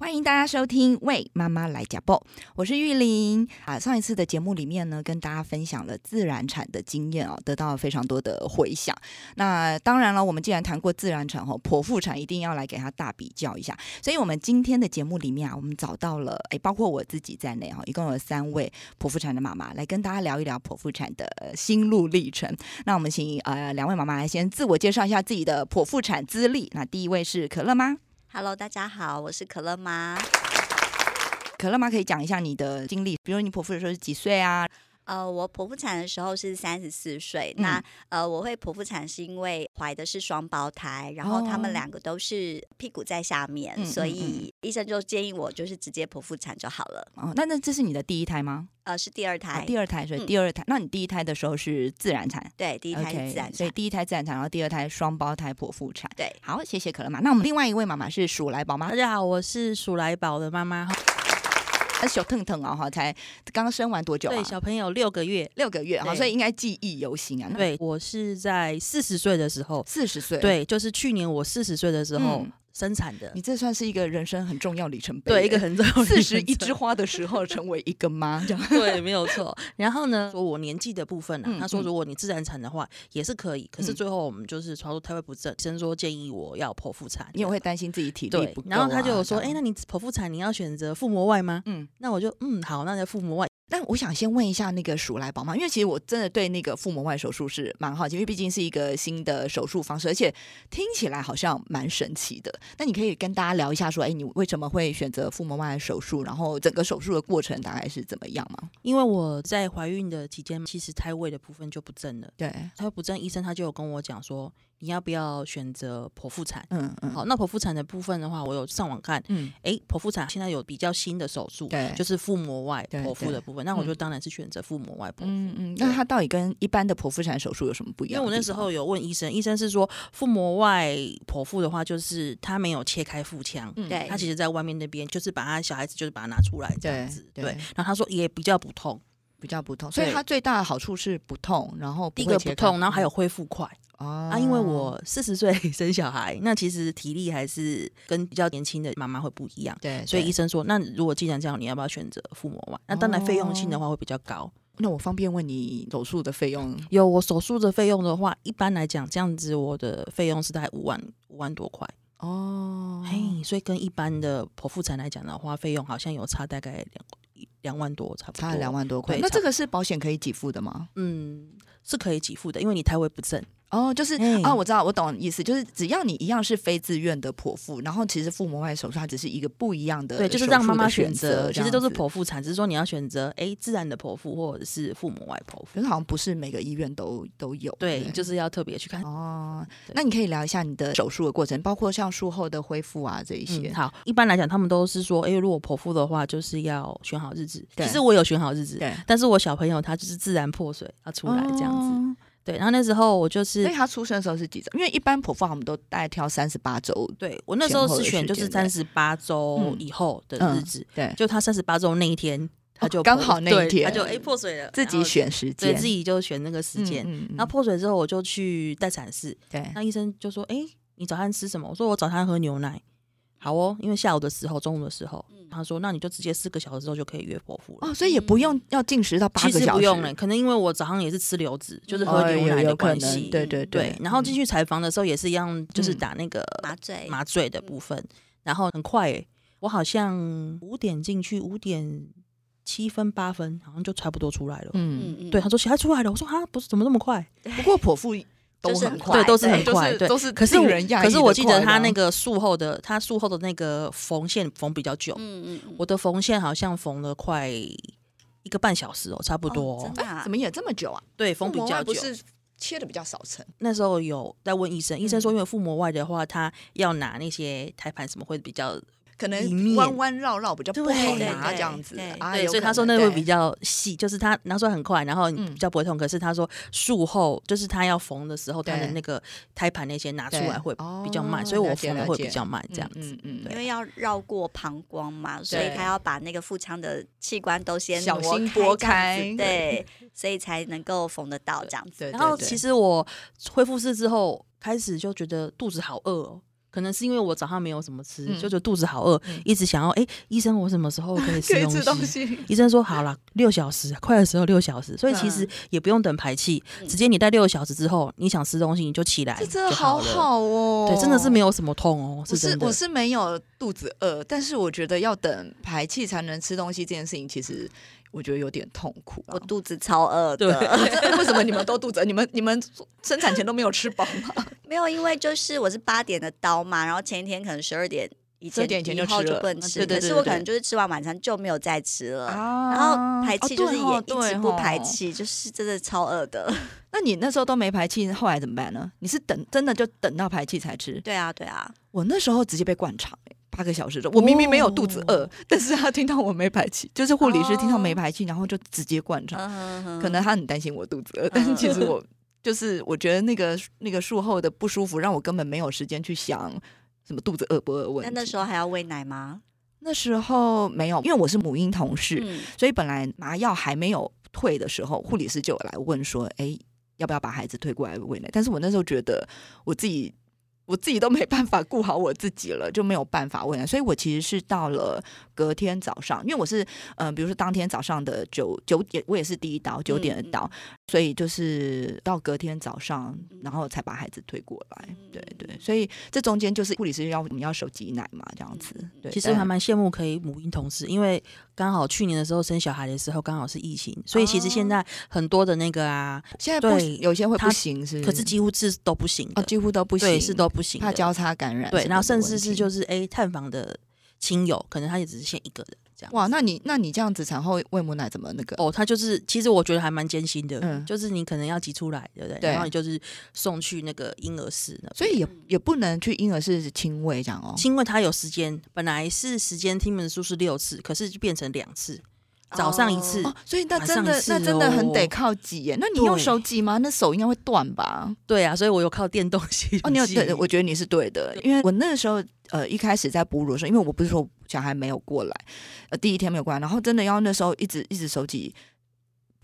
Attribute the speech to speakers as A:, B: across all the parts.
A: 欢迎大家收听《为妈妈来讲报》，我是玉玲啊。上一次的节目里面呢，跟大家分享了自然产的经验啊、哦，得到了非常多的回响。那当然了，我们既然谈过自然产后，剖腹产一定要来给它大比较一下。所以，我们今天的节目里面啊，我们找到了诶，包括我自己在内哈、哦，一共有三位剖腹产的妈妈来跟大家聊一聊剖腹产的呃心路历程。那我们请呃两位妈妈来先自我介绍一下自己的剖腹产资历。那第一位是可乐妈。
B: Hello，大家好，我是可乐妈。
A: 可乐妈可以讲一下你的经历，比如你剖腹的时候是几岁啊？
B: 呃，我剖腹产的时候是三十四岁。那呃，我会剖腹产是因为怀的是双胞胎，然后他们两个都是屁股在下面，
A: 嗯嗯
B: 所以医生就建议我就是直接剖腹产就好了。
A: 哦，那那这是你的第一胎吗？
B: 呃，是第二
A: 啊
B: 胎，
A: 第二胎，所以
B: 嗯
A: 第二胎，那你第一胎的时候是自然产，
B: 对，第一胎是自然
A: o k 所
B: 产啊
A: 以第一胎自然产，然后第二胎双胞胎剖腹产。
B: 对，
A: 好，谢谢可乐妈。那我们另外一位妈妈是鼠来宝妈
C: 大，家好，我是鼠来宝的妈妈，
A: 她小腾腾哦，哈，才刚刚生完多久啊？
C: 对小朋友六个月，
A: 六个月哈，啊
C: 对
A: 所以应该记忆犹新啊。那，
C: 对我是在四十岁的时候，
A: 四十岁，，
C: 对，就是去年我四十岁的时候
A: 嗯
C: 生产的
A: 你，这算是一个人生很重要里程碑，
C: 对，一个很重要的
A: 四十
C: 人
A: 一
C: 生
A: 枝，花的时候成为一个妈，这样
C: 对，没有错。然后呢，说我年纪的部分呢、啊
A: 嗯
C: 他
A: 嗯
C: 说如果你自然产的话也是可以，可是
A: 嗯
C: 最后我们就是传出胎位不正，医生说建议我要剖腹产，
A: 你也会担心自己体力
C: 对
A: 不够啊、，
C: 然后他就有说，
A: 这
C: 哎、
A: 样
C: 那你剖腹产你要选择腹膜外吗？
A: 嗯。
C: 那我就嗯好，那就腹膜外。
A: 但我想先问一下那个鼠来宝妈，因为其实我真的对那个腹膜外手术是蛮好奇，因为毕竟是一个新的手术方式，而且听起来好像蛮神奇的。那你可以跟大家聊一下说，哎，你为什么会选择腹膜外手术？然后整个手术的过程大概是怎么样吗？
C: 因为我在怀孕的期间，其实胎位的部分就不正了。
A: 对，
C: 胎位不正，医生他就有跟我讲说，你要不要选择剖腹产？
A: 嗯嗯，
C: 好，那剖腹产的部分的话，我有上网看，
A: 嗯，
C: 诶，剖腹产现在有比较新的手术，
A: 对
C: 就是腹膜外
A: 对
C: 剖腹
A: 对
C: 的部分，那我就当然是选择腹膜外剖腹。
A: 嗯嗯，那它到底跟一般的剖腹产手术有什么不一
C: 因为
A: 样的地方？
C: 我那时候有问医生，医生是说腹膜外剖腹的话，就是他没有切开腹腔，
A: 嗯
B: 对
C: 他其实在外面那边就是把他小孩子就是把他拿出来这样
A: 对
C: 子，
A: 对
C: 对。然后他说也比较不痛，
A: 比较不痛，所以
C: 对
A: 它最大的好处是不痛，然后
C: 第一
A: 会
C: 个
A: 切
C: 不
A: 开
C: 痛，然后还有恢复快。
A: 啊
C: 啊，因为我四十岁 生小孩，那其实体力还是跟比较年轻的妈妈会不一样，
A: 对，
C: 所以
A: 对
C: 医生说，那如果既然这样，你要不要选择腹膜外？那当然费用性
A: 哦
C: 的话会比较高。
A: 那我方便问你手术的费用
C: 有我手术的费用的话，一般来讲这样子我的费用是大概五万五万多块，
A: 哦
C: 嘿、所以跟一般的剖腹产来讲的话，费用好像有差大概两两万多，差不多
A: 差了两。万多块。
C: 对
A: 那
C: 差
A: 这个是保险可以给付的吗？
C: 嗯，是可以给付的，因为你胎位不正。
A: 哦，就是
C: 哎
A: 啊，我知道，我懂意思，就是只要你一样是非自愿的剖腹，然后其实腹膜外手术它只是一个不一样的手术
C: 对，
A: 的，
C: 就是让妈妈选
A: 择，
C: 择，其实都是
A: 剖。
C: 剖腹产，只是说你要选择诶自然的剖腹或者是腹膜外剖腹。
A: 可是好像不是每个医院都都有，
C: 对，
A: 不
C: 就是要特别去看。
A: 哦。
C: 对
A: 那你可以聊一下你的手术的过程，包括像术后的恢复啊这一些。
C: 嗯，好，一般来讲，他们都是说，哎、如果剖腹的话，就是要选好日子。
A: 对
C: 其实我有选好日子，
A: 对，
C: 但是我小朋友他就是自然破水要出来这样子。
A: 哦
C: 对，然后那时候我就
A: 所以
C: 是，
A: 他出生的时候是几周？因为一般剖腹我们都大概挑三十八周，
C: 对我那时候
A: 前后的
C: 是选就
A: 时
C: 是
A: 间
C: 三十八周
A: 嗯
C: 以后的日子，
A: 对，
C: 就他三十八周那一天，他就
A: 哦刚
C: 剖
A: 好那一
C: 对
A: 天
C: 他就哎、破水了，
A: 自己
C: 然后，
A: 选时
C: 对
A: 间，
C: 自己就选那个时间。
A: 嗯嗯嗯
C: 然后破水之后，我就去待产室，
A: 对，
C: 那医生就说：“哎、你早餐吃什么？”我说：“我早餐喝牛奶。”好哦，因为下午的时候、中午的时候，他说：“那你就直接四个小时之后就可以约剖腹了。
A: 哦，所以也不用要进食到八
C: 嗯其
A: 个
C: 实
A: 小时，
C: 不用欸了，可能因为我早上也是吃流质，就是喝
A: 哦
C: 牛
A: 有
C: 奶的
A: 有可
C: 关
A: 能，
C: 系。
A: 对对
C: 对，然后继续采访的时候也是一样，就是
A: 嗯
C: 打那个
B: 麻醉。
C: 麻醉嗯的部分，然后很快、欸，我好像五点进去，五点七分八分，好像就差不多出来了。
A: 嗯，
B: 嗯
C: 对，，他说小孩出来了，我说哈，不是怎么那么快？
A: 不过剖腹都
B: 就是
A: 很
B: 很
A: 快，
C: 对， 都是
B: 对
C: 很快，对，
A: 都是
C: 可是
A: 令
C: 我
A: 人讶异
C: 可是
A: 的啊
C: 我记
A: 快
C: 得他
A: 啦
C: 那个术后的，他术后的那个缝线缝比较久，
B: 嗯嗯嗯，
C: 我的缝线好像缝了快一个半小时哦，差不
B: 哦
C: 多哦、
B: 真的啊
A: 怎么也这么久啊？
C: 对，缝比
A: 腹膜
C: 较
A: 外不
C: 久。
A: 是切的比较少层，
C: 那时候有在问医生，医生
A: 嗯
C: 说因为腹膜外的话，他要拿那些胎盘什么会比较
A: 可
C: 里
A: 能
C: 面
A: 弯弯绕绕比较不好
C: 对对
A: 拿
B: 对
A: 这样子
B: 对
A: 啊，
C: 对，
A: 有
C: 所以
A: 可
C: 他说那
A: 能
C: 会
A: 对
C: 比较细，就是他拿出来很快，然后你
A: 嗯
C: 比较不会痛。可是他说术后就是他要缝的时候，他的
A: 对
C: 那个胎盘那些拿出
A: 对
C: 来会比较慢，
A: 哦
C: 所以我
A: 了解
C: 缝的
A: 了
C: 会
A: 解
C: 比较慢，这样子。
A: 嗯嗯，
B: 因
A: 嗯
B: 为要绕过膀胱嘛，所以
A: 对
B: 他要把那个腹腔的器官都先
A: 小
B: 挪
A: 心
B: 开
A: 拨
B: 这样子
A: 开
B: 对，所以才能够缝得到这样子。
A: 对，
C: 然后
A: 对
C: 其实我恢复室之后，开始就觉得肚子好饿哦。可能是因为我早上没有什么吃，
A: 嗯
C: 就觉得肚子好饿，
A: 嗯
C: 一直想要哎，医生我什么时候 可以吃
A: 可以
C: 东西？
A: 吃东西，
C: 医生说好了，六小时，快的时候六小时，所以其
A: 嗯
C: 实也不用等排气，
B: 嗯
C: 直接你在六小时之后，你想吃东西你就起来
A: 这
C: 就
A: 真的
C: 好
A: 哎好
C: 了
A: 好哦，
C: 对，真的是没。有什么痛哦，
A: 我是
C: 真的。
A: 我是没有肚子饿，但是我觉得要等排气才能吃东西这件事情，其实我觉得有点痛苦啊
B: 我。肚子超饿
C: 对
B: 的，
A: 这为什么你们都肚子饿？你们你们生产前都没有吃饱吗？
B: 没有，因为就是我是八点的刀嘛，然后前一天可能十二点以前
A: 12点以前就
B: 后
A: 吃了嗯
B: 不能吃，
A: 对对对
B: 可是
A: 对
B: 我
A: 对
B: 可能就是吃完晚餐就没有再吃了。
A: 啊
B: 然后排气就是也一直不排。
A: 对哦对哦哦
B: 气，就是真的超饿 的。
A: 那你那时候都没排气，后来怎么办呢？你是等真的就等到排气才吃？
B: 对啊，对啊，
A: 我那时候直接被灌肠、欸，八个小时的。我明明没有肚子饿，
C: 哦
A: 但是他听到我没排气，就是护理师听到没排气，然后就直接灌肠。
B: 嗯哼
A: 可能他很担心我肚子饿，但是其实我就是我觉得那个那个术后的不舒服，让我根本没有时间去想什么肚子饿不饿的问
B: 那
A: 题。
B: 那时候还要喂奶吗？
A: 那时候没有，因为我是母婴同事，
B: 嗯
A: 所以本来麻药还没有退的时候，护理师就有来问说：“哎，要不要把孩子推过来喂奶？”但是我那时候觉得我自己。我自己都没办法顾好我自己了，就没有办法喂奶，所以我其实是到了隔天早上，因为我是嗯、呃比如说当天早上的九九点，我也是第一刀九
C: 嗯
A: 点的刀，所以就是到隔天早上，然后才把孩子推过来。
C: 嗯
A: 对对，所以这中间就是护理师要我们要手挤奶嘛，这样子。对，
C: 嗯其实我还
A: 但
C: 蛮羡慕可以母婴同事，因为刚好去年的时候生小孩的时候刚好是疫情，所以其实现
A: 哦
C: 在很多的那个啊，
A: 现在不
C: 对
A: 有些会不
C: 他
A: 行是不
C: 可是几乎是都不行
A: 嗯
C: 的，
A: 哦，几乎都不行，
C: 对是都不行的，
A: 怕交叉感染什么的问
C: 对，
A: 题，
C: 然后甚至是就是哎探访的亲友，可能他也只是限一个人这样。
A: 哇，那你那你这样子产后喂母奶怎么那个？
C: 哦，他就是，其实我觉得还蛮艰辛的，
A: 嗯
C: 就是你可能要挤出来，对不对？
A: 对
C: 然后你就是送去那个婴儿室那边，
A: 所以也也
C: 嗯
A: 不能去婴儿室亲喂这样哦。
C: 因为他有时间，本来是时间听门书是六次，可是就变成两次，早上一次，
A: 哦，所以那
C: 晚
A: 真
C: 上
A: 的
C: 一次
A: 那真的很得
C: 哦
A: 靠挤耶。那你用
C: 对
A: 手挤吗？那手应该会断吧？
C: 对啊，所以我有靠电动 吸
A: 哦，你有
C: 机
A: 对，对我觉得你是对的，因为我那时候呃一开始在哺乳的时候，因为我不是说小孩没有过来，呃第一天没有过来，然后真的要那时候一直一直手挤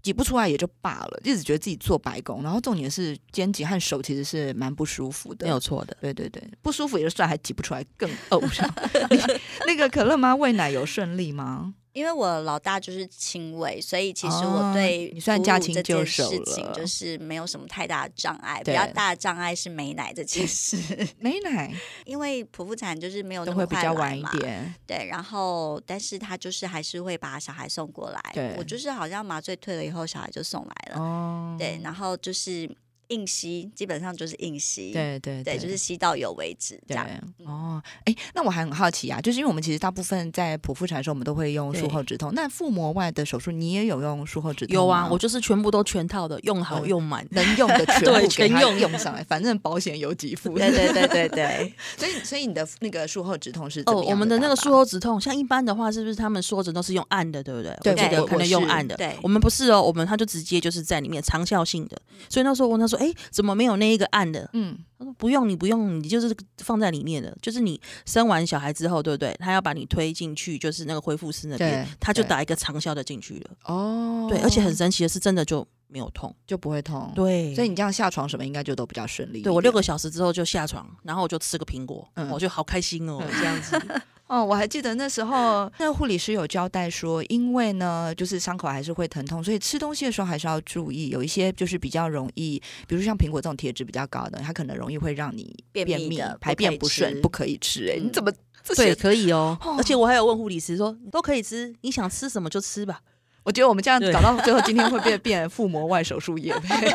A: 挤不出来也就罢了，一直觉得自己做白工，然后重点是肩颈和手其实是蛮不舒服的，
C: 没有错的。
A: 对对对，不舒服也就算，还挤不出来更呕上。你那个可乐妈喂奶有顺利吗？
B: 因为我老大就是亲喂，所以其实
A: 哦
B: 我对
A: 你算
B: 哺乳
A: 驾轻
B: 这
A: 就
B: 件
A: 熟
B: 事情
A: 了
B: 就是没有什么太大的障碍，比
A: 对
B: 较大的障碍是没奶这件事，
A: 没奶
B: 因为剖腹产就是没有哦那
A: 都
B: 么
A: 会比
B: 快
A: 较
B: 来
A: 晚一
B: 嘛
A: 点，
B: 对，然后但是他就是还是会把小孩送过
A: 对
B: 来，我就是好像麻醉退了以后，小孩就送来了，
A: 哦，
B: 对，然后就是硬吸，基本上就是硬吸，
A: 对对
B: 对，就是吸到有为止这
A: 对
B: 样。
A: 哦，哎，那我还很好奇啊，就是因为我们其实大部分在剖腹产的时候，我们都会用术
C: 对
A: 后止痛。那腹膜外的手术，你也有用术后止痛
C: 有啊
A: 吗，
C: 我就是全部都全套的，用好
A: 嗯
C: 用满。
A: 能用的全部
C: 对
A: 给
C: 全
A: 它
C: 用
A: 用上来，反正保险有几副。
B: 对对对 对对，
A: 所以所以你的那个术后止痛是怎
C: 哦，
A: 么样
C: 我们的那个
A: 打法
C: 术后止痛，像一般的话，是不是他们说着都是用按的，对不对？
A: 对
C: 我记得
B: 我
C: 可
A: 我
C: 能
A: 是
C: 用按的，
B: 对
C: 我们不是哦，我们他就直接就是在里面长效性的。所以那时候我问他说，哎，怎么没有那一个按的？
A: 嗯
C: 他说不用，你不用，你就是放在里面的，就是你生完小孩之后，对不对？他要把你推进去，就是那个恢复室那边
A: 对，
C: 他就
A: 对
C: 打一个长效的进去了。
A: 哦，
C: 对，而且很神奇的是，真的就没有痛。
A: 就不会痛。
C: 对
B: 嗯
A: 所以你这样下床什么应该就都比较顺利一点。
C: 对我六个小时之后就下床，然后我就吃个苹果，
A: 嗯
C: 我就好开心哦，
A: 嗯
C: 这样子。
A: 哦，我还记得那时候那护理师有交代说，因为呢就是伤口还是会疼痛，所以吃东西的时候还是要注意，有一些就是比较容易，比如像苹果这种铁质比较高的，它可能容易会让你
B: 便
A: 便
B: 秘
A: 秘
B: 的不
A: 排
B: 可
A: 便
B: 以
A: 不顺，
B: 吃
A: 不可以吃。哎，你
B: 嗯
A: 怎么这
C: 对，
A: 些？
C: 可以哦
A: 哦。
C: 而且我还有问护理师说，都可以吃，你想吃什么就吃吧。
A: 我觉得我们这样
C: 对
A: 搞到最后，今天会变变腹膜外手术业 配，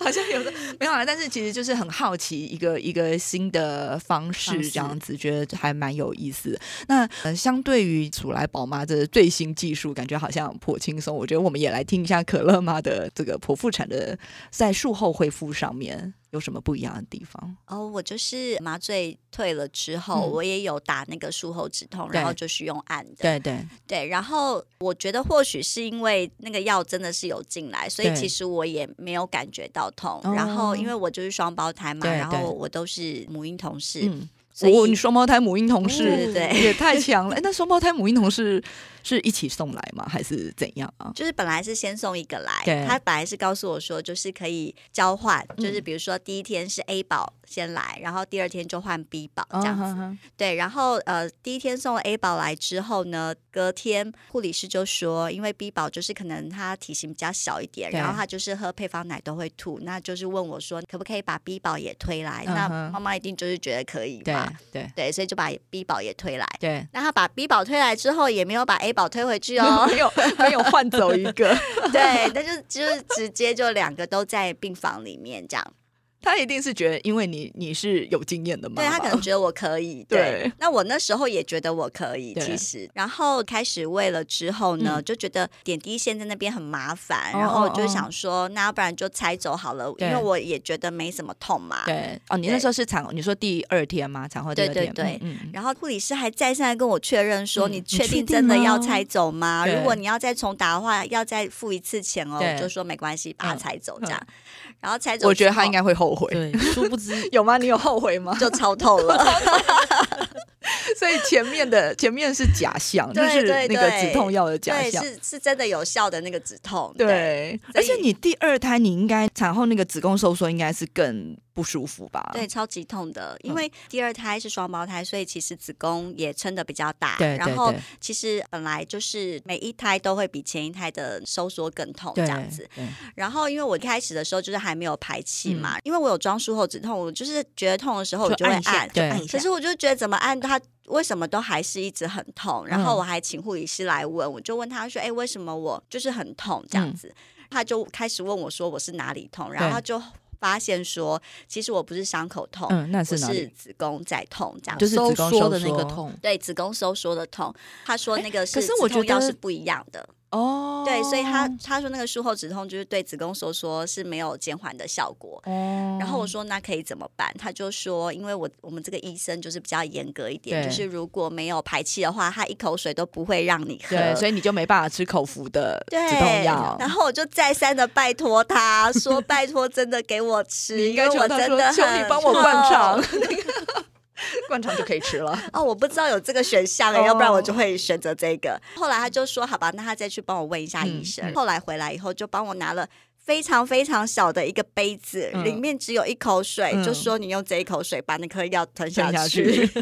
A: 好像有的没有啊。但是其实就是很好奇一个一个新的方式
C: 方，式
A: 这样子觉得还蛮有意思的。那、呃、相对于鼠来宝妈这最新技术，感觉好像颇轻松。我觉得我们也来听一下可乐妈的这个剖腹产的在术后恢复上面。有什么不一样的地方？
B: 哦，我就是麻醉退了之后，
A: 嗯
B: 我也有打那个术后止痛，
A: 对
B: 然后就是用按的。
A: 对对
B: 对，然后我觉得或许是因为那个药真的是有进来，所以
A: 对
B: 其实我也没有感觉到痛。
A: 哦
B: 然后因为我就是双胞胎嘛，
A: 对
B: 然
A: 对
B: 后我都是母婴同事，
A: 嗯，
B: 所以
A: 我你双胞胎母婴同
B: 对
A: 事
B: 对对。
A: 也太强了。哎那双胞胎母婴同事是一起送来吗？还是怎样啊？
B: 就是本来是先送一个来
A: 对，
B: 他本来是告诉我说，就是可以交换，
A: 嗯
B: 就是比如说第一天是 A 宝先来，然后第二天就换 B 宝这样子。
A: 啊哈哈
B: 对，然后呃，第一天送了 A 宝来之后呢，隔天护理师就说，因为 B 宝就是可能他体型比较小一点，
A: 对
B: 然后他就是喝配方奶都会吐，那就是问我说，可不可以把 B 宝也推来？
A: 嗯
B: 那
A: 哼
B: 妈妈一定就是觉得可以
A: 对
B: 嘛，
A: 对
B: 对，所以就把 B 宝也推来。
A: 对，，
B: 那他把 B 宝推来之后，也没有把 A 宝推回去哦
A: 没有没有换走一个，
B: 对，那就就是直接就两个都在病房里面这样。
A: 他一定是觉得因为你你是有经验的嘛，
B: 对他可能觉得我可 以，对。
A: 对
B: 那我那时候也觉得我可以，
A: 对
B: 其实。然后开始喂了之后呢，
A: 嗯
B: 就觉得点滴线在那边很麻烦，
A: 哦
B: 然后
A: 哦
B: 就
A: 哦
B: 想说，那要不然就拆走好了，因
A: 对
B: 为我也觉得没什么痛嘛。
A: 对哦，你那时候是产后，你说第二天吗？产后第
B: 对
A: 二
B: 对
A: 天，
B: 对
A: 嗯嗯嗯
B: 然后护理师还再三地跟我确认说：“
A: 嗯
B: 你
A: 你
B: 确
C: 确
B: 定
C: 定
B: 真的要
C: 吗
B: 拆走吗？
A: 对
B: 如果你要再重打的话，要再付一次钱哦。”
A: 对
B: 我就说没关系，把它
A: 嗯
B: 拆走
A: 嗯
B: 这样。然后拆走之后，
A: 我觉得他应该会 后悔，
C: 对，殊不知
A: 有吗？你有后悔吗？
B: 就超透了。
A: 所以前面的前面是假象，就
B: 对
A: 是
B: 对
A: 那个
B: 对
A: 止痛药的假
B: 对，
A: 象。
B: 是是真的有效的那个止痛。
A: 对，
B: 所
A: 而
B: 以
A: 且你第二胎，你应该产后那个子宫收缩应该是更不舒服吧？
B: 对，超级痛的，因
A: 嗯
B: 为第二胎是双胞胎，所以其实子宫也撑得比较大。
A: 对，
B: 然
A: 对
B: 后
A: 对
B: 其实本来就是每一胎都会比前一胎的收缩更痛这
A: 对
B: 样子。，
A: 对
B: 然后因为我一开始的时候就是还没有排气
A: 嗯
B: 嘛，因为我有装术后止痛，我就是觉得痛的时候我就会
C: 按一下，
B: 按。
C: 就按一
A: 对
C: 下
B: 可。是我就觉得怎么按它为什么都还是一直很痛，然后
A: 嗯
B: 我还请护理师来问，我就问他说：“哎、为什么我就是很痛这样
A: 嗯
B: 子？”他就开始问我说我是哪里痛，然后
A: 对
B: 他就发现说其实我不是伤口痛，
A: 嗯，那
B: 我
A: 是哪
B: 是
A: 里？
B: 子宫在痛这样
A: 就
B: 子。
A: 是
C: 收
A: 子宫
C: 缩
A: 收
C: 的那个
A: 缩
C: 痛，
B: 对子宫收缩的痛，他说那个
A: 可
B: 是
A: 是我
B: 止痛
A: 觉
B: 药
A: 得
B: 是不一样的，
A: 哦
B: 对，所以他他说那个术后止痛就是对子宫收缩是没有减缓的效果。
A: 哦，
B: 然后我说那可以怎么办？他就说，因为我我们这个医生就是比较严格一点，
A: 对
B: 就是如果没有排气的话，他一口水都不会让你喝。
A: 对，所以你就没办法吃口服的
B: 对，
A: 止痛药。
B: 然后我就再三的拜托他 说：“拜托，真的给我吃，
A: 你应该
B: 因为
A: 求
B: 我
A: 他
B: 真
A: 说
B: 的：“
A: 求你
B: 很
A: 帮我灌
B: 痛
A: 肠。” 灌肠就可以吃了。
B: 哦，我不知道有这个选项、
A: 哦
B: 欸，要不然我就会选择这个。后来他就说：“好吧，那他再去帮我问一下医生。
A: 嗯嗯
B: 后来回来以后，就帮我拿了。非常非常小的一个杯子，
A: 嗯
B: 里面只有一口水，
A: 嗯
B: 就说你用这一口水把那颗药吞
A: 吞下
B: 去。
A: 去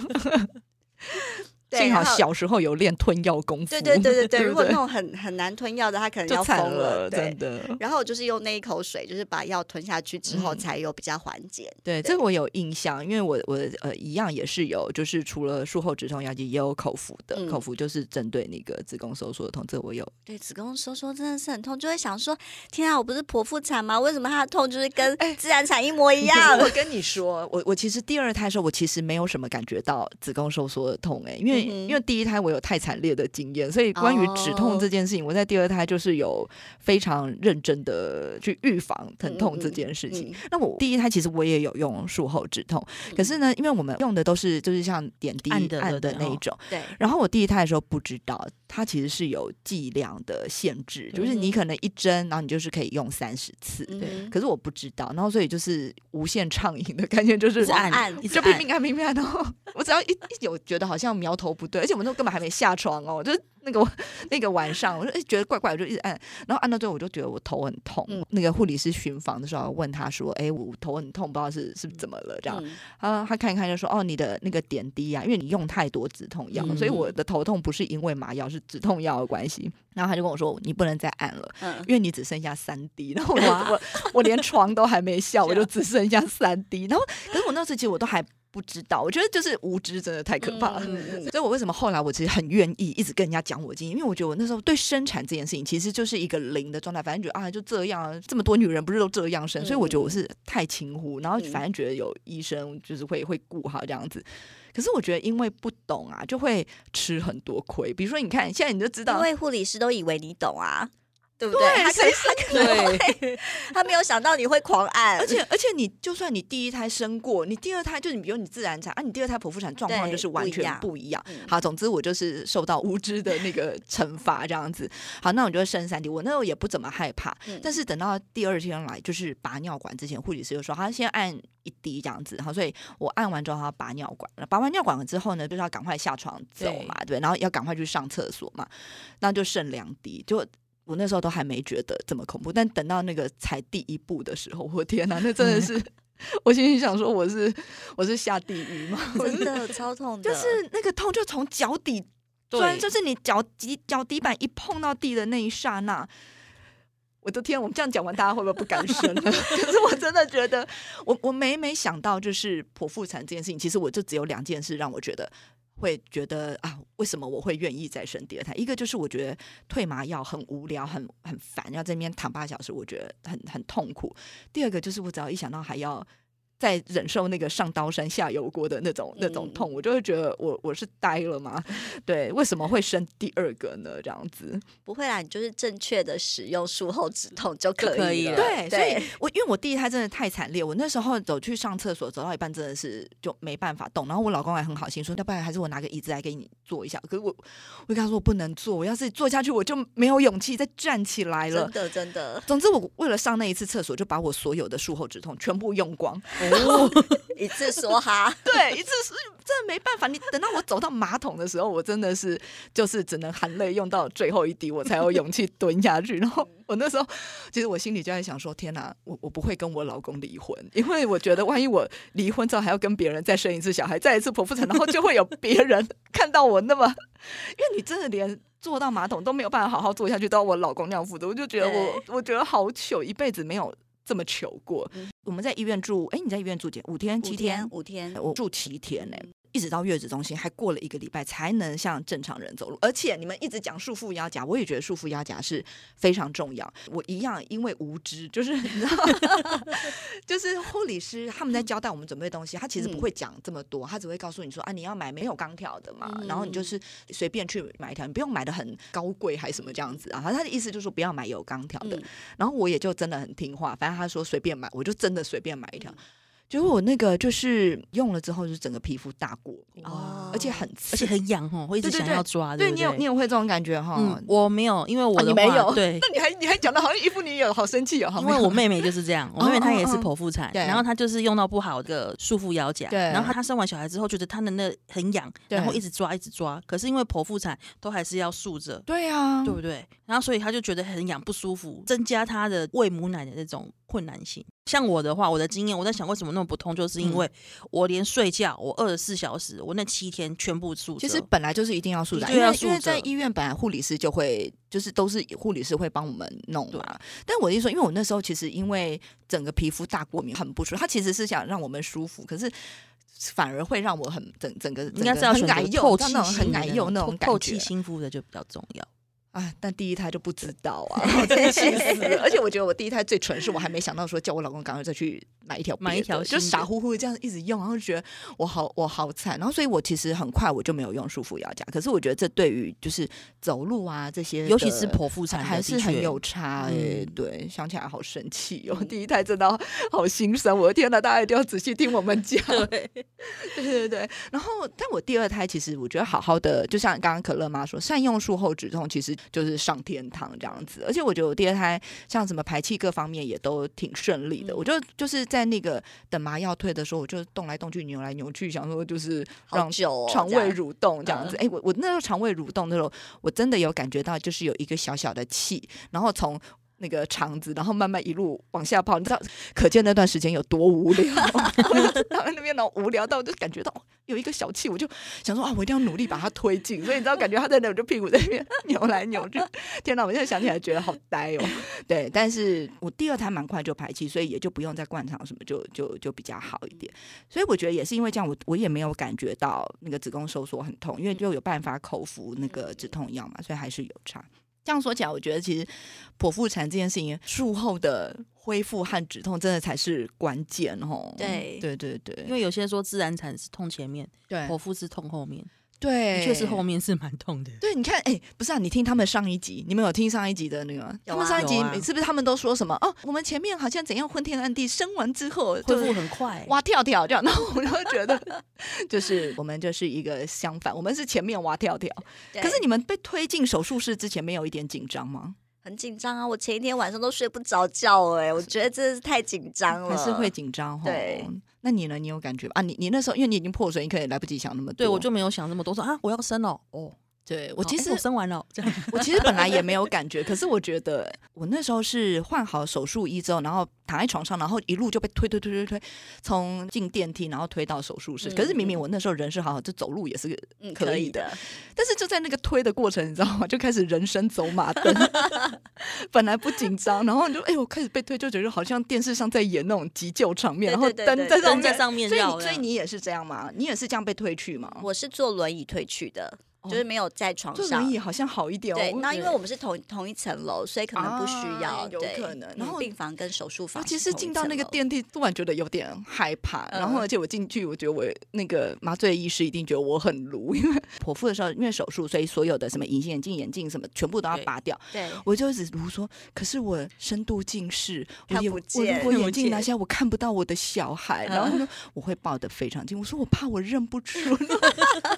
B: 对，
A: 幸好
B: 然后
A: 小时候有练吞药功夫。
B: 对对对对对，
A: 对
B: 如果那种很很难吞药的，他可能
A: 就
B: 要疯
A: 惨
B: 对
A: 真，的。
B: 然后我就是用那一口水，就是把药吞下去之后，
A: 嗯
B: 才有比较缓解。
A: 对，这个我有印象，因为我我呃一样也是有，就是除了术后止痛药，也有口服的，
B: 嗯
A: 口服就是针对那个子宫收缩的痛，这我有。
B: 对，子宫收缩真的是很痛，就会想说：天啊，我不是剖腹产吗？为什么它的痛就是跟
A: 哎
B: 自然产一模一样？
A: 我跟你说，我我其实第二胎的时候，我其实没有什么感觉到子宫收缩的痛、欸，因
B: 嗯
A: 为、
B: 哼
A: 因为第一胎我有太惨烈的经验，所以关于止痛
B: 哦
A: 这件事情，我在第二胎就是有非常认真的去预防疼痛这件事情。
B: 嗯
A: 那我第一胎其实我也有用术后止痛，可是呢，因为我们用的都是就是像点滴
C: 按的
A: 按的
C: 对不
A: 那
C: 对
A: 一
C: 哦
A: 种，
B: 对，
A: 然后我第一胎的时候不知道，它其实是有剂量的限制，就是你
B: 嗯
A: 可能一针，然后你就是可以用三十次。
B: 嗯
A: 可是我不知道，然后所以就是无限畅饮的感觉，就是啊
C: 是按
B: 按
C: 一直
A: 就拼
C: 按，
A: 命按拼命啊按，然后 我只要一一有觉得好像苗头不对，而且我那时候根本还没下床哦，就是那个 那个晚上，我就、哎觉得怪怪，我就一直按，然后按到最后我就觉得我头很痛。
B: 嗯
A: 那个护理师巡房的时候问他说：“哎，我头很痛，不知道是是怎么了？”这样，
B: 嗯
A: 啊，他看一看就说：“哦，你的那个点滴啊，因为你用太多止痛药，
C: 嗯
A: 所以我的头痛不是因为麻药，是止痛药的关系。”然后他就跟我说：“你不能再按了，
B: 嗯
A: 因为你只剩下三滴。” 然后我就
B: 哇
A: 我我连床都还没 下，
C: 是啊
A: 我就只剩下三滴。然后可是我那时候其实我都还不知道，我觉得就是无知真的太可怕了。
B: 嗯嗯嗯
A: 所以，我为什么后来我其实很愿意一直跟人家讲我经验，因为我觉得我那时候对生产这件事情其实就是一个零的状态，反正觉得啊就这样啊，这么多女人不是都这样生，所以我觉得我是太轻忽，然后
B: 嗯
A: 反正觉得有医生就是会会顾好这样子。可是我觉得因为不懂啊，就会吃很多亏。比如说，你看现在你就知
B: 因
A: 道，
B: 为护理师都以为你懂啊，对不对？
A: 对
B: 他可他可能会，他没有想到你会狂按，
A: 而且而且你就算你第一胎生过，你第二胎就是你比如你自然产啊，你第二胎剖腹产状况
B: 对
A: 就是完
B: 不一
A: 全
B: 样
A: 不一样。
B: 嗯
A: 好，总之我就是受到无知的那个惩罚这样子。好，那我就生三 D，我那时候也不怎么害怕，
B: 嗯
A: 但是等到第二天来就是拔尿管之前，护理师就说他先按一滴这样子，好，所以我按完之后他拔尿管，拔完尿管了之后呢，就是要赶快下床走嘛，对然后要赶快去上厕所嘛，那就剩两滴，就我那时候都还没觉得这么恐怖，但等到那个踩第一步的时候，我天哪，那真的是，我心里想说我是我是下地狱吗？
B: 真 的超痛的，
A: 就是那个痛就从脚底
C: 对
A: 钻，就是你脚底脚底板一碰到地的那一刹那。我的天！我们这样讲完，大家会不会不敢 生了？可是我真的觉得，我我每每想到就是剖腹产这件事情，其实我就只有两件事让我觉得会觉得啊，为什么我会愿意再生第二胎？一个就是我觉得退麻药很无聊，很很烦，要在那边躺八小时，我觉得很很痛苦。第二个就是我只要一想到还要再忍受那个上刀山下油锅的那种那种
B: 嗯
A: 痛，我就会觉得我我是呆了吗？ 对，为什么会生第二个呢？这样子，
B: 不会啦，你就是正确的使用术后止痛就可
C: 可以
B: 以了。
C: 了
A: 对，所以我因为我第一胎真的太惨烈，我那时候走去上厕所，走到一半真的是就没办法动。然后我老公还很好心说，要不然还是我拿个椅子来给你坐一下。可是我我跟他说我不能坐，我要是坐下去我就没有勇气再站起来了
B: 真。的真的，
A: 总之，我为了上那一次厕所，就把我所有的术后止痛全部用光。哦
B: 一次说哈，
A: 对，一次是真的没办法。你等到我走到马桶的时候，我真的是就是只能含泪用到最后一滴，我才有勇气蹲下去。然后我那时候其实我心里就在想说：天哪，我我不会跟我老公离婚，因为我觉得万一我离婚之后还要跟别人再生一次小孩，再一次剖腹产，然后就会有别人看到我那么，因为你真的连。坐到马桶都没有办法好好坐下去，到我老公那样负责，我就觉得我我觉得好糗，一辈子没有这么糗过。
B: 嗯
A: 我们在医院住，哎，你在医院住 几五天？七
B: 五
A: 天？
B: 五天，
A: 我住七天呢、
B: 嗯
A: 一直到月子中心还过了一个礼拜才能像正常人走路。而且你们一直讲束缚腰夹，我也觉得束缚腰夹是非常重要。我一样因为无知，就是你知道， 就是护理师他们在交代我们准备东西，他其实不会讲这么多，他只会告诉你说啊，你要买没有钢条的嘛，
B: 嗯
A: 然后你就是随便去买一条，你不用买的很高贵还是什么这样子啊。他的意思就是说不要买有钢条的。
B: 嗯
A: 然后我也就真的很听话，反正他说随便买，我就真的随便买一条
B: 嗯。
A: 结果我那个就是用了之后，就是整个皮肤大过敏，
B: 哦
A: 而且很刺，
C: 而且很痒哦，会一直
A: 对对
C: 想
A: 对
C: 要抓，
A: 对
C: 不
A: 你有你有会这种感觉哈、
C: 嗯，我没有，因为我
A: 啊你
C: 的
A: 没
C: 话
A: 有
C: 对，
A: 那你还你还讲的好像一副你有好生气哦，好
C: 因
A: 没
C: 为
A: 有
C: 我妹妹就是这样，我妹妹她也
A: 嗯
C: 是
A: 嗯嗯
C: 剖腹产，
A: 对
C: 然后她就是用到不好的束缚腰夹，
A: 对
C: 然后她她生完小孩之后觉得她的那很痒，
A: 对
C: 然后一直抓一直抓，可是因为剖腹产都还是要竖着。
A: 对啊，
C: 对不对？然后所以她就觉得很痒不舒服，增加她的喂母奶的那种困难性。像我的话，我的经验，我在想为什么那么不痛，就是
A: 嗯
C: 因为我连睡觉，我二十四小时，我那七天全部竖
A: 其
C: 着。
A: 实本来就是一定要竖着，
C: 对
A: 因
C: 要
A: 为
C: 竖
A: 因为在
C: 着
A: 医院本来护理师就会就是都是护理师会帮我们弄嘛。但我的意思说，因为我那时候其实因为整个皮肤大过敏很不舒服，他其实是想让我们舒服，可是反而会让我很整整个
C: 应该
A: 整个很
C: 是要选择
A: 奶
C: 透
A: 油，
C: 气
A: 像那种
C: 型
A: 很
C: 的
A: 奶油那种
C: 透透
A: 感
C: 气
A: 觉
C: 心肤的就比较重要。
A: 啊。但第一胎就不知道啊， 我真的气死了。而且我觉得我第一胎最蠢是我还没想到说叫我老公赶快再去买一条
C: 买
A: 别
C: 一条
A: 的就
C: 新的
A: 傻乎乎的这样一直用，然后就觉得我好我好惨，然后所以我其实很快我就没有用束缚腰夹，可是我觉得这对于就是走路啊这些的，
C: 尤其是剖腹产的
A: 还是
C: 的确
A: 很有差哎、
C: 嗯
A: 对，想起来好生气哦，
B: 嗯
A: 第一胎真的好心酸，我的天呐，大家一定要仔细听我们讲，对对对对。然后，但我第二胎其实我觉得好好的，就像刚刚可乐妈说，善用术后止痛其实就是上天堂这样子，而且我觉得我第二胎像什么排气各方面也都挺顺利的，
B: 嗯
A: 我就就是在那个等麻药退的时候，我就动来动去，扭来扭去，想说就是
B: 好
A: 让
B: 久哦，
A: 肠
B: 这样嗯
A: 胃蠕动这样子。哎、我我那时候肠胃蠕动的时候，我真的有感觉到，就是有一个小小的气，然后从。那个肠子，然后慢慢一路往下跑，你知道，可见那段时间有多无聊。 我就躺在那边，然后无聊到我就感觉到哦有一个小气，我就想说啊，我一定要努力把它推进。所以你知道，感觉他在那，我就屁股在那边 扭来扭去。天哪，我现在想起来觉得好呆哦。 对，但是我第二胎蛮快就排气，所以也就不用再灌肠什么，就就就比较好一点。所以我觉得也是因为这样，我我也没有感觉到那个子宫收缩很痛，因为就有办法口服那个止痛药嘛，所以还是有差。这样说起来，我觉得其实剖腹产这件事情术后的恢复和止痛真的才是关键哦。
B: 对
A: 对对对，
C: 因为有些人说自然产是痛前面，
A: 对
C: 剖腹是痛后面，
A: 对，
C: 的确是后。面是蛮痛的。
A: 对，你看，哎、不是啊，你听他们上一集，你们有听上一集的那个吗？
B: 有啊
A: 他们上一集、
C: 有啊
A: 是不是他们都说什么？哦，我们前面好像怎样昏天暗地，生完之后
C: 恢
A: 就
C: 复很快，
A: 蛙跳跳这样，然后我就觉 得，就是我们就是一个相反，我们是前面蛙跳跳。
B: 对
A: 可是你们被推进手术室之前，没有一点紧张吗？
B: 很紧张啊！我前一天晚上都睡不着觉哎、我觉得真的是太紧张了，
A: 还是会紧张哈？
B: 对。
A: 那你呢？你有感觉吧啊？你你那时候因为你已经破水，你可以来不及想那么多。
C: 对我就没有想那么多，说啊我要生了哦，
A: 对我哦
C: 好
A: 其
C: 哎
A: 实、
C: 我生完了， 这样
A: 我其实本来也没有感觉，可是我觉得我那时候是换好手术衣之后，然后躺在床上，然后一路就被推推推推推，从进电梯然后推到手术室。
B: 嗯
A: 可是明明我那时候人是好好，就走路也是，
B: 嗯
A: 可
B: 可
A: 以
B: 以的，
A: 但是就在那个推的过程，你知道吗？就开始人生走马灯， 本来不紧张，然后你就哎呦开始被推，就觉得好像电视上在演那种急救场面，然后
B: 对对
A: 灯
B: 对
A: 在上
C: 灯
A: 面。
C: 在上面
A: 所以
C: 绕
A: 你
C: 的，
A: 所以你也是这样吗？你也是这样被推去吗？
B: 我是坐轮椅退去的，
A: 哦
B: 就是没有在床
A: 坐
B: 上
A: 轮。椅好像好一点哦。
B: 对，那因为
A: 对
B: 我们是同同一层楼，所以可能不需要，
A: 啊有
B: 对
A: 可能
B: 嗯
A: 然后
B: 病房跟手术房
A: 尤
B: 同一层楼，
A: 其是进到那个电梯，突然觉得有点害怕。然后，
B: 嗯
A: 而且我进去，我觉得我那个麻醉医师一定觉得我很鲁，因为 剖腹的时候，因为手术，所以所有的什么隐形眼镜、眼镜什么，全部都要
C: 对
A: 拔掉。
B: 对，
A: 我就一直如说，可是我深度近视，我
B: 看
A: 眼
B: 不
A: 我
B: 见嗯
A: 如果
C: 看不
A: 眼镜拿
C: 见
A: 下，我看不到我的小孩。然后他说我会抱得非常近，我说我怕我认不出来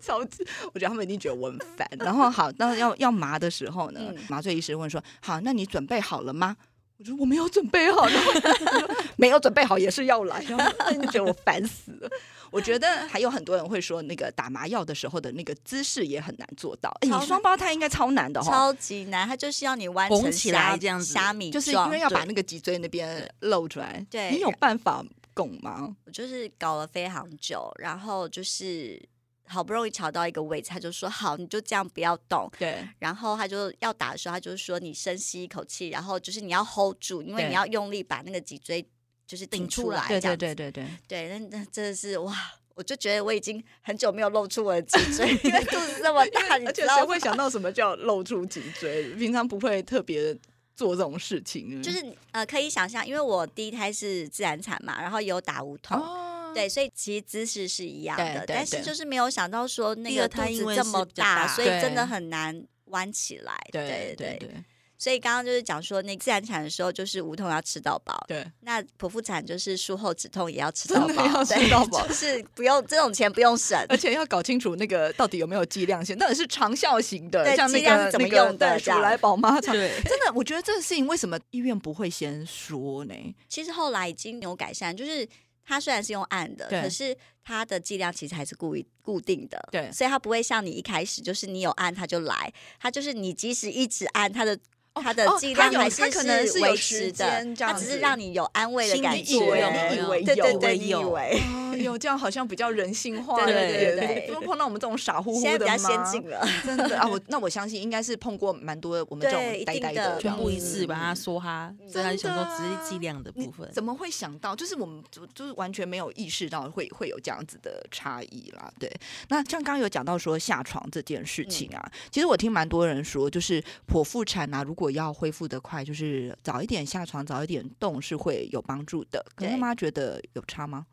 A: 超级，我觉得他们一定觉得我很烦。然后好，那要要麻的时候呢，
B: 嗯
A: 麻醉医师问说：“好，那你准备好了吗？”我说我没有准备好， 然后他说没有准备好也是要来， 然后他就觉得我烦死了。我觉得还有很多人会说，那个打麻药的时候的那个姿势也很难做到。
B: 超
A: 哎，你
B: 难
A: 双胞胎应该超难的哈、
B: 超级难，它就是要你弯
C: 拱
B: 成
C: 起来
B: 虾
C: 这样子
B: 虾米状，
A: 就是因为要把
B: 对
A: 那个脊椎那边露出来。
B: 对
A: 你有办法拱吗？
B: 我就是搞了非常久，然后就是好不容易找到一个位置，他就说好，你就这样不要动。
A: 对，
B: 然后他就要打的时候，他就是说你深吸一口气，然后就是你要 hold 住，因为
A: 对
B: 你要用力把那个脊椎就是挺
C: 顶出
B: 出来
C: 来
B: 这样子。
A: 对对，
B: 对，那那真的是哇！我就觉得我已经很久没有露出我的脊椎，因为肚子这么 大，你
A: 而且
B: 知道
A: 谁
B: 吗
A: 会想到什么叫露出脊椎？平常不会特别做这种事情，
B: 就是你呃，可以想象，因为我第一胎是自然产嘛，然后有打无痛。
A: 哦，
B: 对，所以其实姿势是一样
A: 对
B: 的，
A: 对
B: 但是
A: 对
B: 就是没有想到说那
C: 第
B: 个
C: 二
B: 肚
C: 胎因
B: 子
C: 为
B: 这
C: 是
B: 么
C: 比较大
B: 所以真的
A: 对
B: 很难弯起来。
A: 对
B: 对
A: 对对
B: 所以刚刚就是讲说，那自然产的时候就是无痛要吃到饱，
A: 对，
B: 那剖腹产就是术后止痛也要吃
A: 真
B: 到
A: 的
B: 饱，
A: 要吃
B: 对
A: 到饱
B: 就是不用这种钱不用省。
A: 而且要搞清楚那个到底有没有剂量线，到底是长效型的，
B: 对
A: 像那
B: 剂量
A: 个
B: 是怎么
A: 那个
B: 用的
A: 对
B: 这
A: 鼠
B: 样
A: 来宝妈长。
C: 对，
A: 真的，我觉得这个事情为什么医院不会先说呢？
B: 其实后来已经有改善，就是它虽然是用按的，
A: 对
B: 可是它的剂量其实还是固固定的，
A: 对
B: 所以它不会像你一开始就是你有按它就来，它就是你即使一直按它的。它的
A: 哦
B: 剂
A: 它
B: 量
A: 有
B: 还
A: 它可能是
B: 是
A: 有
B: 维
A: 时
B: 持的
A: 间，这
B: 它
A: 样
B: 只
A: 子
B: 是让你有安慰的
C: 心
B: 感
C: 理
B: 觉，
A: 作用你以为
B: 对对
A: 有
B: 对，欸
C: 以
B: 你以
C: 有
B: 为
A: 哦，有这样好像比较人性化
B: 对
A: 一
B: 对
A: 点，
B: 对对
A: 不会碰到我们这种傻乎乎
B: 现在
A: 的
B: 比较先进
A: 吗，
B: 了，
A: 真的啊！我那我相信应该是碰过蛮多我们这
B: 对
A: 种
B: 一
A: 呆
B: 定
A: 呆
B: 的
A: 这
C: 全
A: 样
C: 部一
A: 子
C: 次把它缩哈，大家就想说
A: 嗯真
C: 只
A: 的啊
C: 是剂量的
A: 你
C: 部分。
A: 怎么会想到？就是我们就就是完全没有意识到会会有这样子的差异啦。对，那像刚刚有讲到说下床这件事
B: 嗯
A: 情啊，其实我听蛮多人说，就是剖腹产啊，如果要恢复的快，就是早一点下床，早一点动是会有帮助的。可是
B: 对
A: 妈觉得有差吗？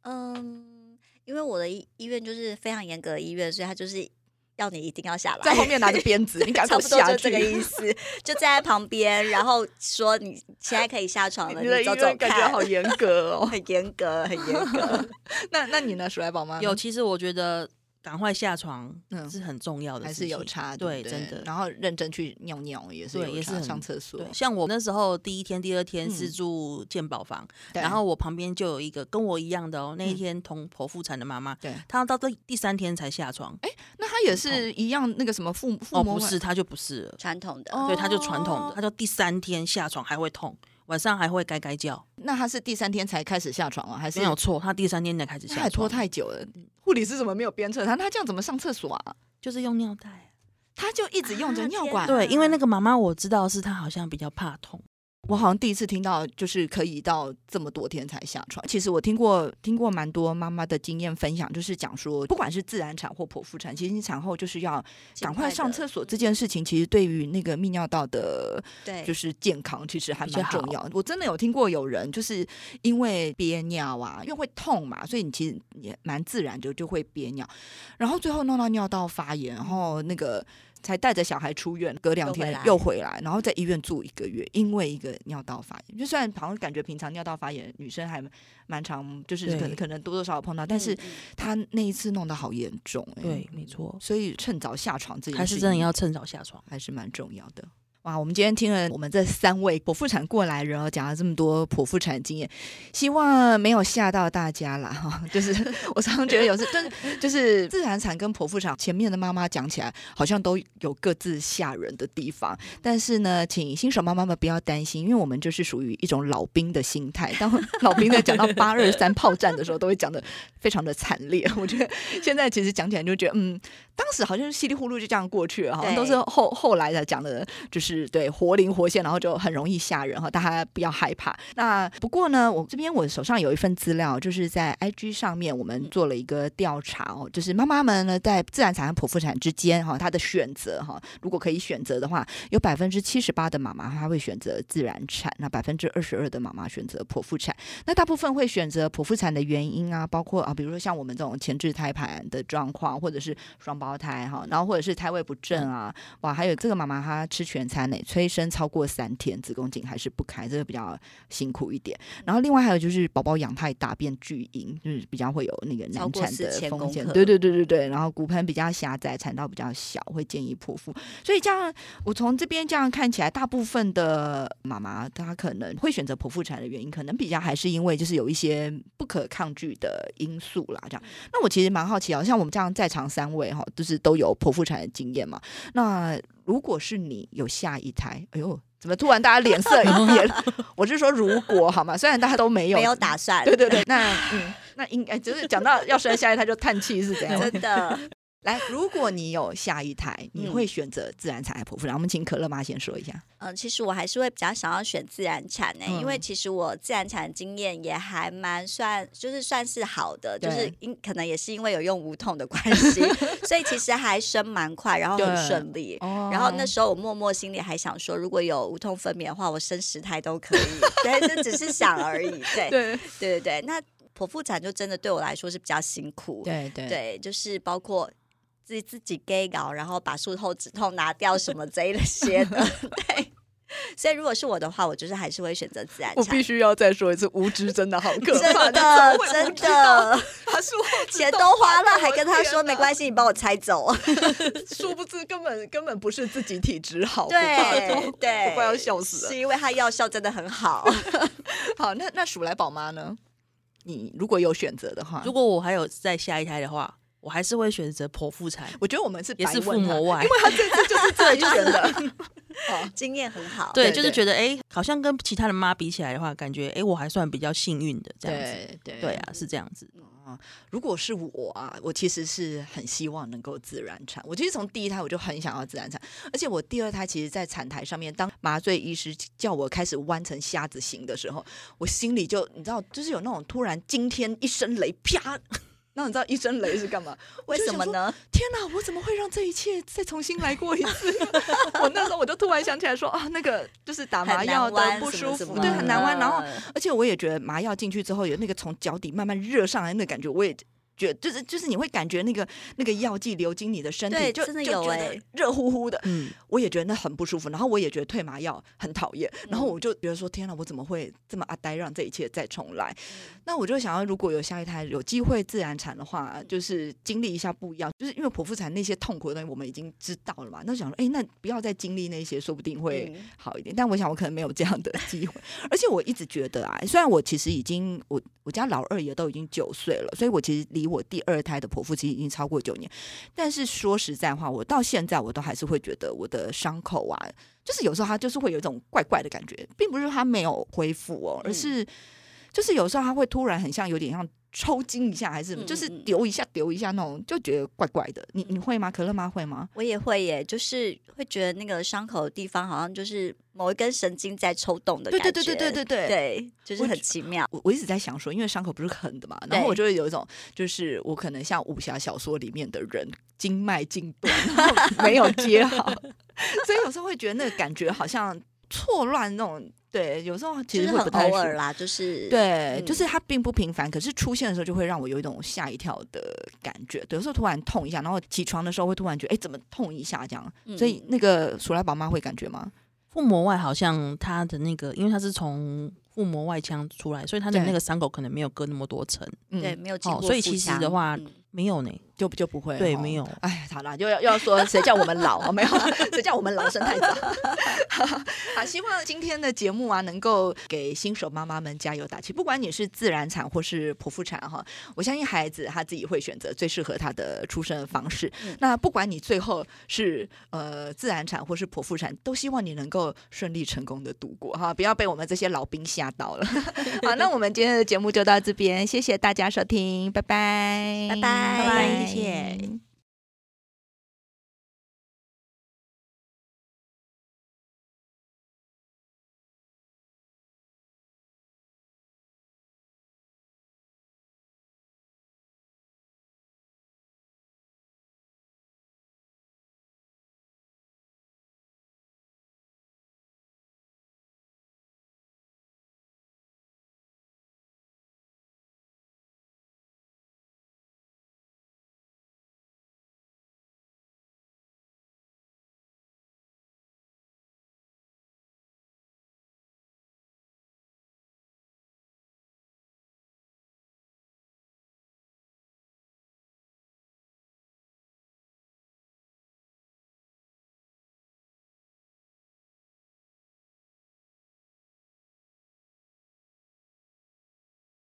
B: 嗯，因为我的医医院就是非常严格的医院，所以他就是要你一定要下来，
A: 在后面拿着鞭 子，你敢给
B: 差
A: 我
B: 不多
A: 下
B: 就
A: 去
B: 这？个意思，就站在旁边，然后说你现在可以下 床了，
A: 你的
B: 走
A: 医
B: 走
A: 院感觉
B: 看。
A: 好严格哦。
B: 很严格，很严格。
A: 那那你呢，鼠来宝妈呢？
C: 有，其实我觉得赶快下床
A: 嗯
C: 是很重要的
A: 还
C: 事情，
A: 是有差？
C: 对，
A: 不
C: 真的。
A: 然后认真去尿尿也是
C: 对
A: 有
C: 也
A: 差
C: 是很
A: 上厕所
C: 对，。像我那时候第一天、第二天是
A: 嗯
C: 住健保房，
A: 对
C: 然后我旁边就有一个跟我一样的哦，那一
A: 嗯
C: 天同剖腹产的妈妈，
A: 对，
C: 她到第第三天才下床，
A: 那他也是一样，那个哎什么父父
C: 哦，
A: 母
C: 不是，她就不是了，
B: 传统的，
A: 哦
C: 对，她就传统
A: 哦
C: 的，她就第三天下床还会痛，晚上还会该该叫，
A: 那他是第三天才开始下床啊，还是
C: 没有？错，她第三天才开始
A: 那还
C: 下
A: 拖
C: 床，
A: 太久了，护理师怎么没有鞭策他？他这样怎么上厕所啊？
C: 就是用尿袋。
A: 他就一直用着
B: 啊
A: 尿
B: 天
A: 管，
B: 哪
C: 对，因为那个妈妈我知道是她好像比较怕痛，
A: 我好像第一次听到，就是可以到这么多天才下床。其实我听过听过蛮多妈妈的经验分享，就是讲说，不管是自然产或剖腹产，其实你产后就是要赶快上厕所这件事情，其实对于那个泌尿道的，
B: 对，
A: 就是健康，其实还
C: 比较
A: 蛮
C: 好
A: 重要。我真的有听过有人就是因为憋尿啊，因为会痛嘛，所以你其实也蛮自然就就会憋尿，然后最后弄到尿道发炎，然后那个。才带着小孩出院，隔两
B: 又回
A: 天
B: 来
A: 又回来，然后在医院住一个月，因为一个尿道发炎。就虽然好像感觉平常尿道发炎女生还蛮常，就是可
C: 对
A: 能可能多多少少碰到，但是
B: 嗯嗯
A: 她那一次弄得好严重、欸，
C: 对，没错，
A: 所以趁早下床这件
C: 还
A: 事
C: 是真的
A: 情
C: 要趁早下床。
A: 还是蛮重要的。哇，我们今天听了我们这三位剖腹产过来人哦，讲了这么多剖腹产经验，希望没有吓到大家啦哈、就是我常常觉得有时，就是就是自然产跟剖腹产，前面的妈妈讲起来好像都有各自吓人的地方，但是呢，请新手妈妈们不要担心，因为我们就是属于一种老兵的心态。当老兵在讲到八二三炮战的时候，都会讲的非常的惨烈。 我觉得现在其实讲起来就觉得，嗯，当时好像是稀里糊涂就这样过去了，好像都是
B: 对
A: 后后来才讲的，就是对活灵活现，然后就很容易吓人哈，大家不要害怕。那不过呢，我这边我手上有一份资料，就是在 IG 上面我们做了一个调查哦，就是妈妈们呢在自然产和剖腹产之间哈，她的选择哈，如果可以选择的话，有百分之七十八的妈妈她会选择自然产，那百分之二十二的妈妈选择剖腹产。那大部分会选择剖腹产的原因啊，包括啊，比如说像我们这种前置胎盘的状况，或者是双胞胎哈，然后或者是胎位不
B: 嗯
A: 正啊，哇，还有这个妈妈她吃全餐呢、催生超过三天，子宫颈还是不开，这个比较辛苦一点。然后另外还有就是宝宝养太大变巨婴，就是比较会有那个
B: 超
A: 难
B: 过
A: 产的
B: 4000
A: 风
B: 公
A: 险。
B: 克
A: 对对对对对，然后骨盆比较狭窄，产道比较小，会建议剖腹。所以这样我从这边这样看起来，大部分的妈妈她可能会选择剖腹产的原因，可能比较还是因为就是有一些不可抗拒的因素啦。这样，那我其实蛮好奇啊，像我们这样在场三位哈，就是都有剖腹产的经验嘛。那如果是你有下一胎，哎呦，怎么突然大家脸色一变？ 我是说如果好吗？虽然大家都没有
B: 没有打算，
A: 对对对，那嗯，那应该就是讲到要生下一胎就叹气是怎样？
B: 真的。
A: 来，如果你有下一胎，你
B: 嗯
A: 会选择自然产还是剖腹产？我们请可乐妈先说一下。
B: 嗯，其实我还是会比较想要选自然产呢、因为
A: 嗯
B: 其实我自然产经验也还蛮算，就是算是好的，就是
A: 对
B: 因可能也是因为有用无痛的关系， 所以其实还生蛮快，然后
A: 对
B: 很顺利。
A: 哦
B: 然后那时候我默默心里还想说，如果有无痛分娩的话，我生十胎都可以。对，这只是想而已。对对
A: 哦
B: 对
A: 对
B: 对，那剖腹产就真的对我来说是比较辛苦。
A: 对对
B: 对，就是包括自己自己 gay 搞，然后把术后止痛拿掉什么这一些 的，对。所以如果是我的话，我就是还是会选择自然
A: 我
B: 产
A: 必。须要再说一次，无知真的好可
B: 真
A: 怕，
B: 的真，的，
A: 他说
B: 钱都花了，还跟他
A: 天
B: 说没
A: 哪
B: 关系，你帮我拆走。
A: 殊不知根本根本不是自己体质好，
B: 对 对，
A: 我快要笑
B: 是
A: 死了。
B: 因为他药效真的很 好。
A: 好，那那数来宝妈呢？你如果有选择的话
C: 如，果我还有再下一胎的话，我还是会选择剖腹产，
A: 我觉得我们是
C: 也是
A: 白问
C: 父
A: 她
C: 母外
A: 因为他这次就是这一选 的。好
B: 经验很好。
C: 对，
A: 对
C: 就是
A: 对
C: 觉得哎、诶好像跟其他的妈比起来的话，感觉哎、诶我还算比较幸运的这样子。
A: 对对
C: 对啊，是这样子。
A: 如果是我啊，我其实是很希望能够自然产。我其实从第一胎我就很想要自然产，而且我第二胎其实，在产台上面，当麻醉医师叫我开始弯成瞎子形的时候，我心里就你知道，就是有那种突然惊天一声雷，啪！ 那你知道一声雷是干嘛？我
B: 为
A: 就
B: 什
A: 想
B: 么
A: 说？
B: 呢？
A: 天哪，我怎么会让这一切再重新来过一次？我那时候我就突然想起来说啊，那个就是打麻
B: 很难
A: 药的
B: 弯
A: 不
B: 什
A: 舒
B: 么什
A: 服，
B: 么
A: 对，很难弯。然后
B: 的
A: 而且我也觉得麻药进去之后，有那个从脚底慢慢热上来那个感觉，我也觉就是就是你会感觉那个那个药剂流经你的身体，
B: 对
A: 就
B: 真的
A: 就
B: 有
A: 觉得
B: 欸
A: 热乎乎的。
C: 嗯，
A: 我也觉得那很不舒服，然后我也觉得退麻药很讨厌，然后我就觉得说天哪，我怎么会这么阿呆，让这一切再重来？那我就想要，如果有下一胎有机会自然产的话，就是经历一下不一样，就是因为剖腹产那些痛苦的东西我们已经知道了嘛，那想说，哎，那不要再经历那些，说不定会
B: 嗯
A: 好一点。但我想我可能没有这样的机会， 而且我一直觉得啊，虽然我其实已经我我家老二也都已经九岁了，所以我其实离我第二胎的剖腹期已经超过九年，但是说实在话，我到现在我都还是会觉得我的伤口啊，就是有时候它就是会有一种怪怪的感觉，并不是它没有恢复哦，而
B: 嗯
A: 是就是有时候他会突然很像有点像抽筋一下，还是什么，
B: 嗯
A: 就是
B: 嗯嗯
A: 丢一下丢一下那种，就觉得怪怪的。你你会吗？可乐妈会吗？
B: 我也会耶，就是会觉得那个伤口的地方好像就是某一根神经在抽动的
A: 对
B: 感
A: 对
B: 觉，
A: 对对对对对。
B: 对，就是
A: 我
B: 很
A: 觉
B: 奇妙。
A: 我我一直在想说，因为伤口不是很的嘛，然后
B: 对
A: 我就会有一种，就是我可能像武侠小说里面的人，经脉尽断，然 后没有接好， 所以有时候会觉得那个感觉好像错乱那种。对，有时候其
B: 就
A: 实
B: 是
A: 会
B: 很
A: 不太
B: 偶
A: 舒
B: 尔啦，就是
A: 对，
B: 嗯
A: 就是它并不频繁，可是出现的时候就会让我有一种吓一跳的感觉。对有时候突然痛一下，然后起床的时候会突然觉得，哎，怎么痛一下这样？所以
B: 嗯
A: 那个鼠来宝妈会感觉吗？
C: 腹膜外好像他的那个，因为他是从腹膜外腔出来，所以他的
A: 对
C: 那个伤口可能没有割那么多层，
A: 嗯
B: 对，没有经
C: 哦
B: 过腹腔、
C: 所以其实的话
B: 嗯
C: 没有呢，
A: 就就不会，
C: 对，
A: 哦
C: 没有。
A: 哎，好啦，就要要说谁叫我们老啊？ 没有，谁叫我们老生太早？ 好，希望今天的节目啊，能够给新手妈妈们加油打气。不管你是自然产或是剖腹产哈，我相信孩子他自己会选择最适合他的出生的方式。
B: 嗯
A: 那不管你最后是呃自然产或是剖腹产，都希望你能够顺利成功的度过哈，不要被我们这些老兵吓到了。 好，那我们今天的节目就到这边，谢谢大家收听，拜拜，嗯
B: 拜拜
C: 谢谢。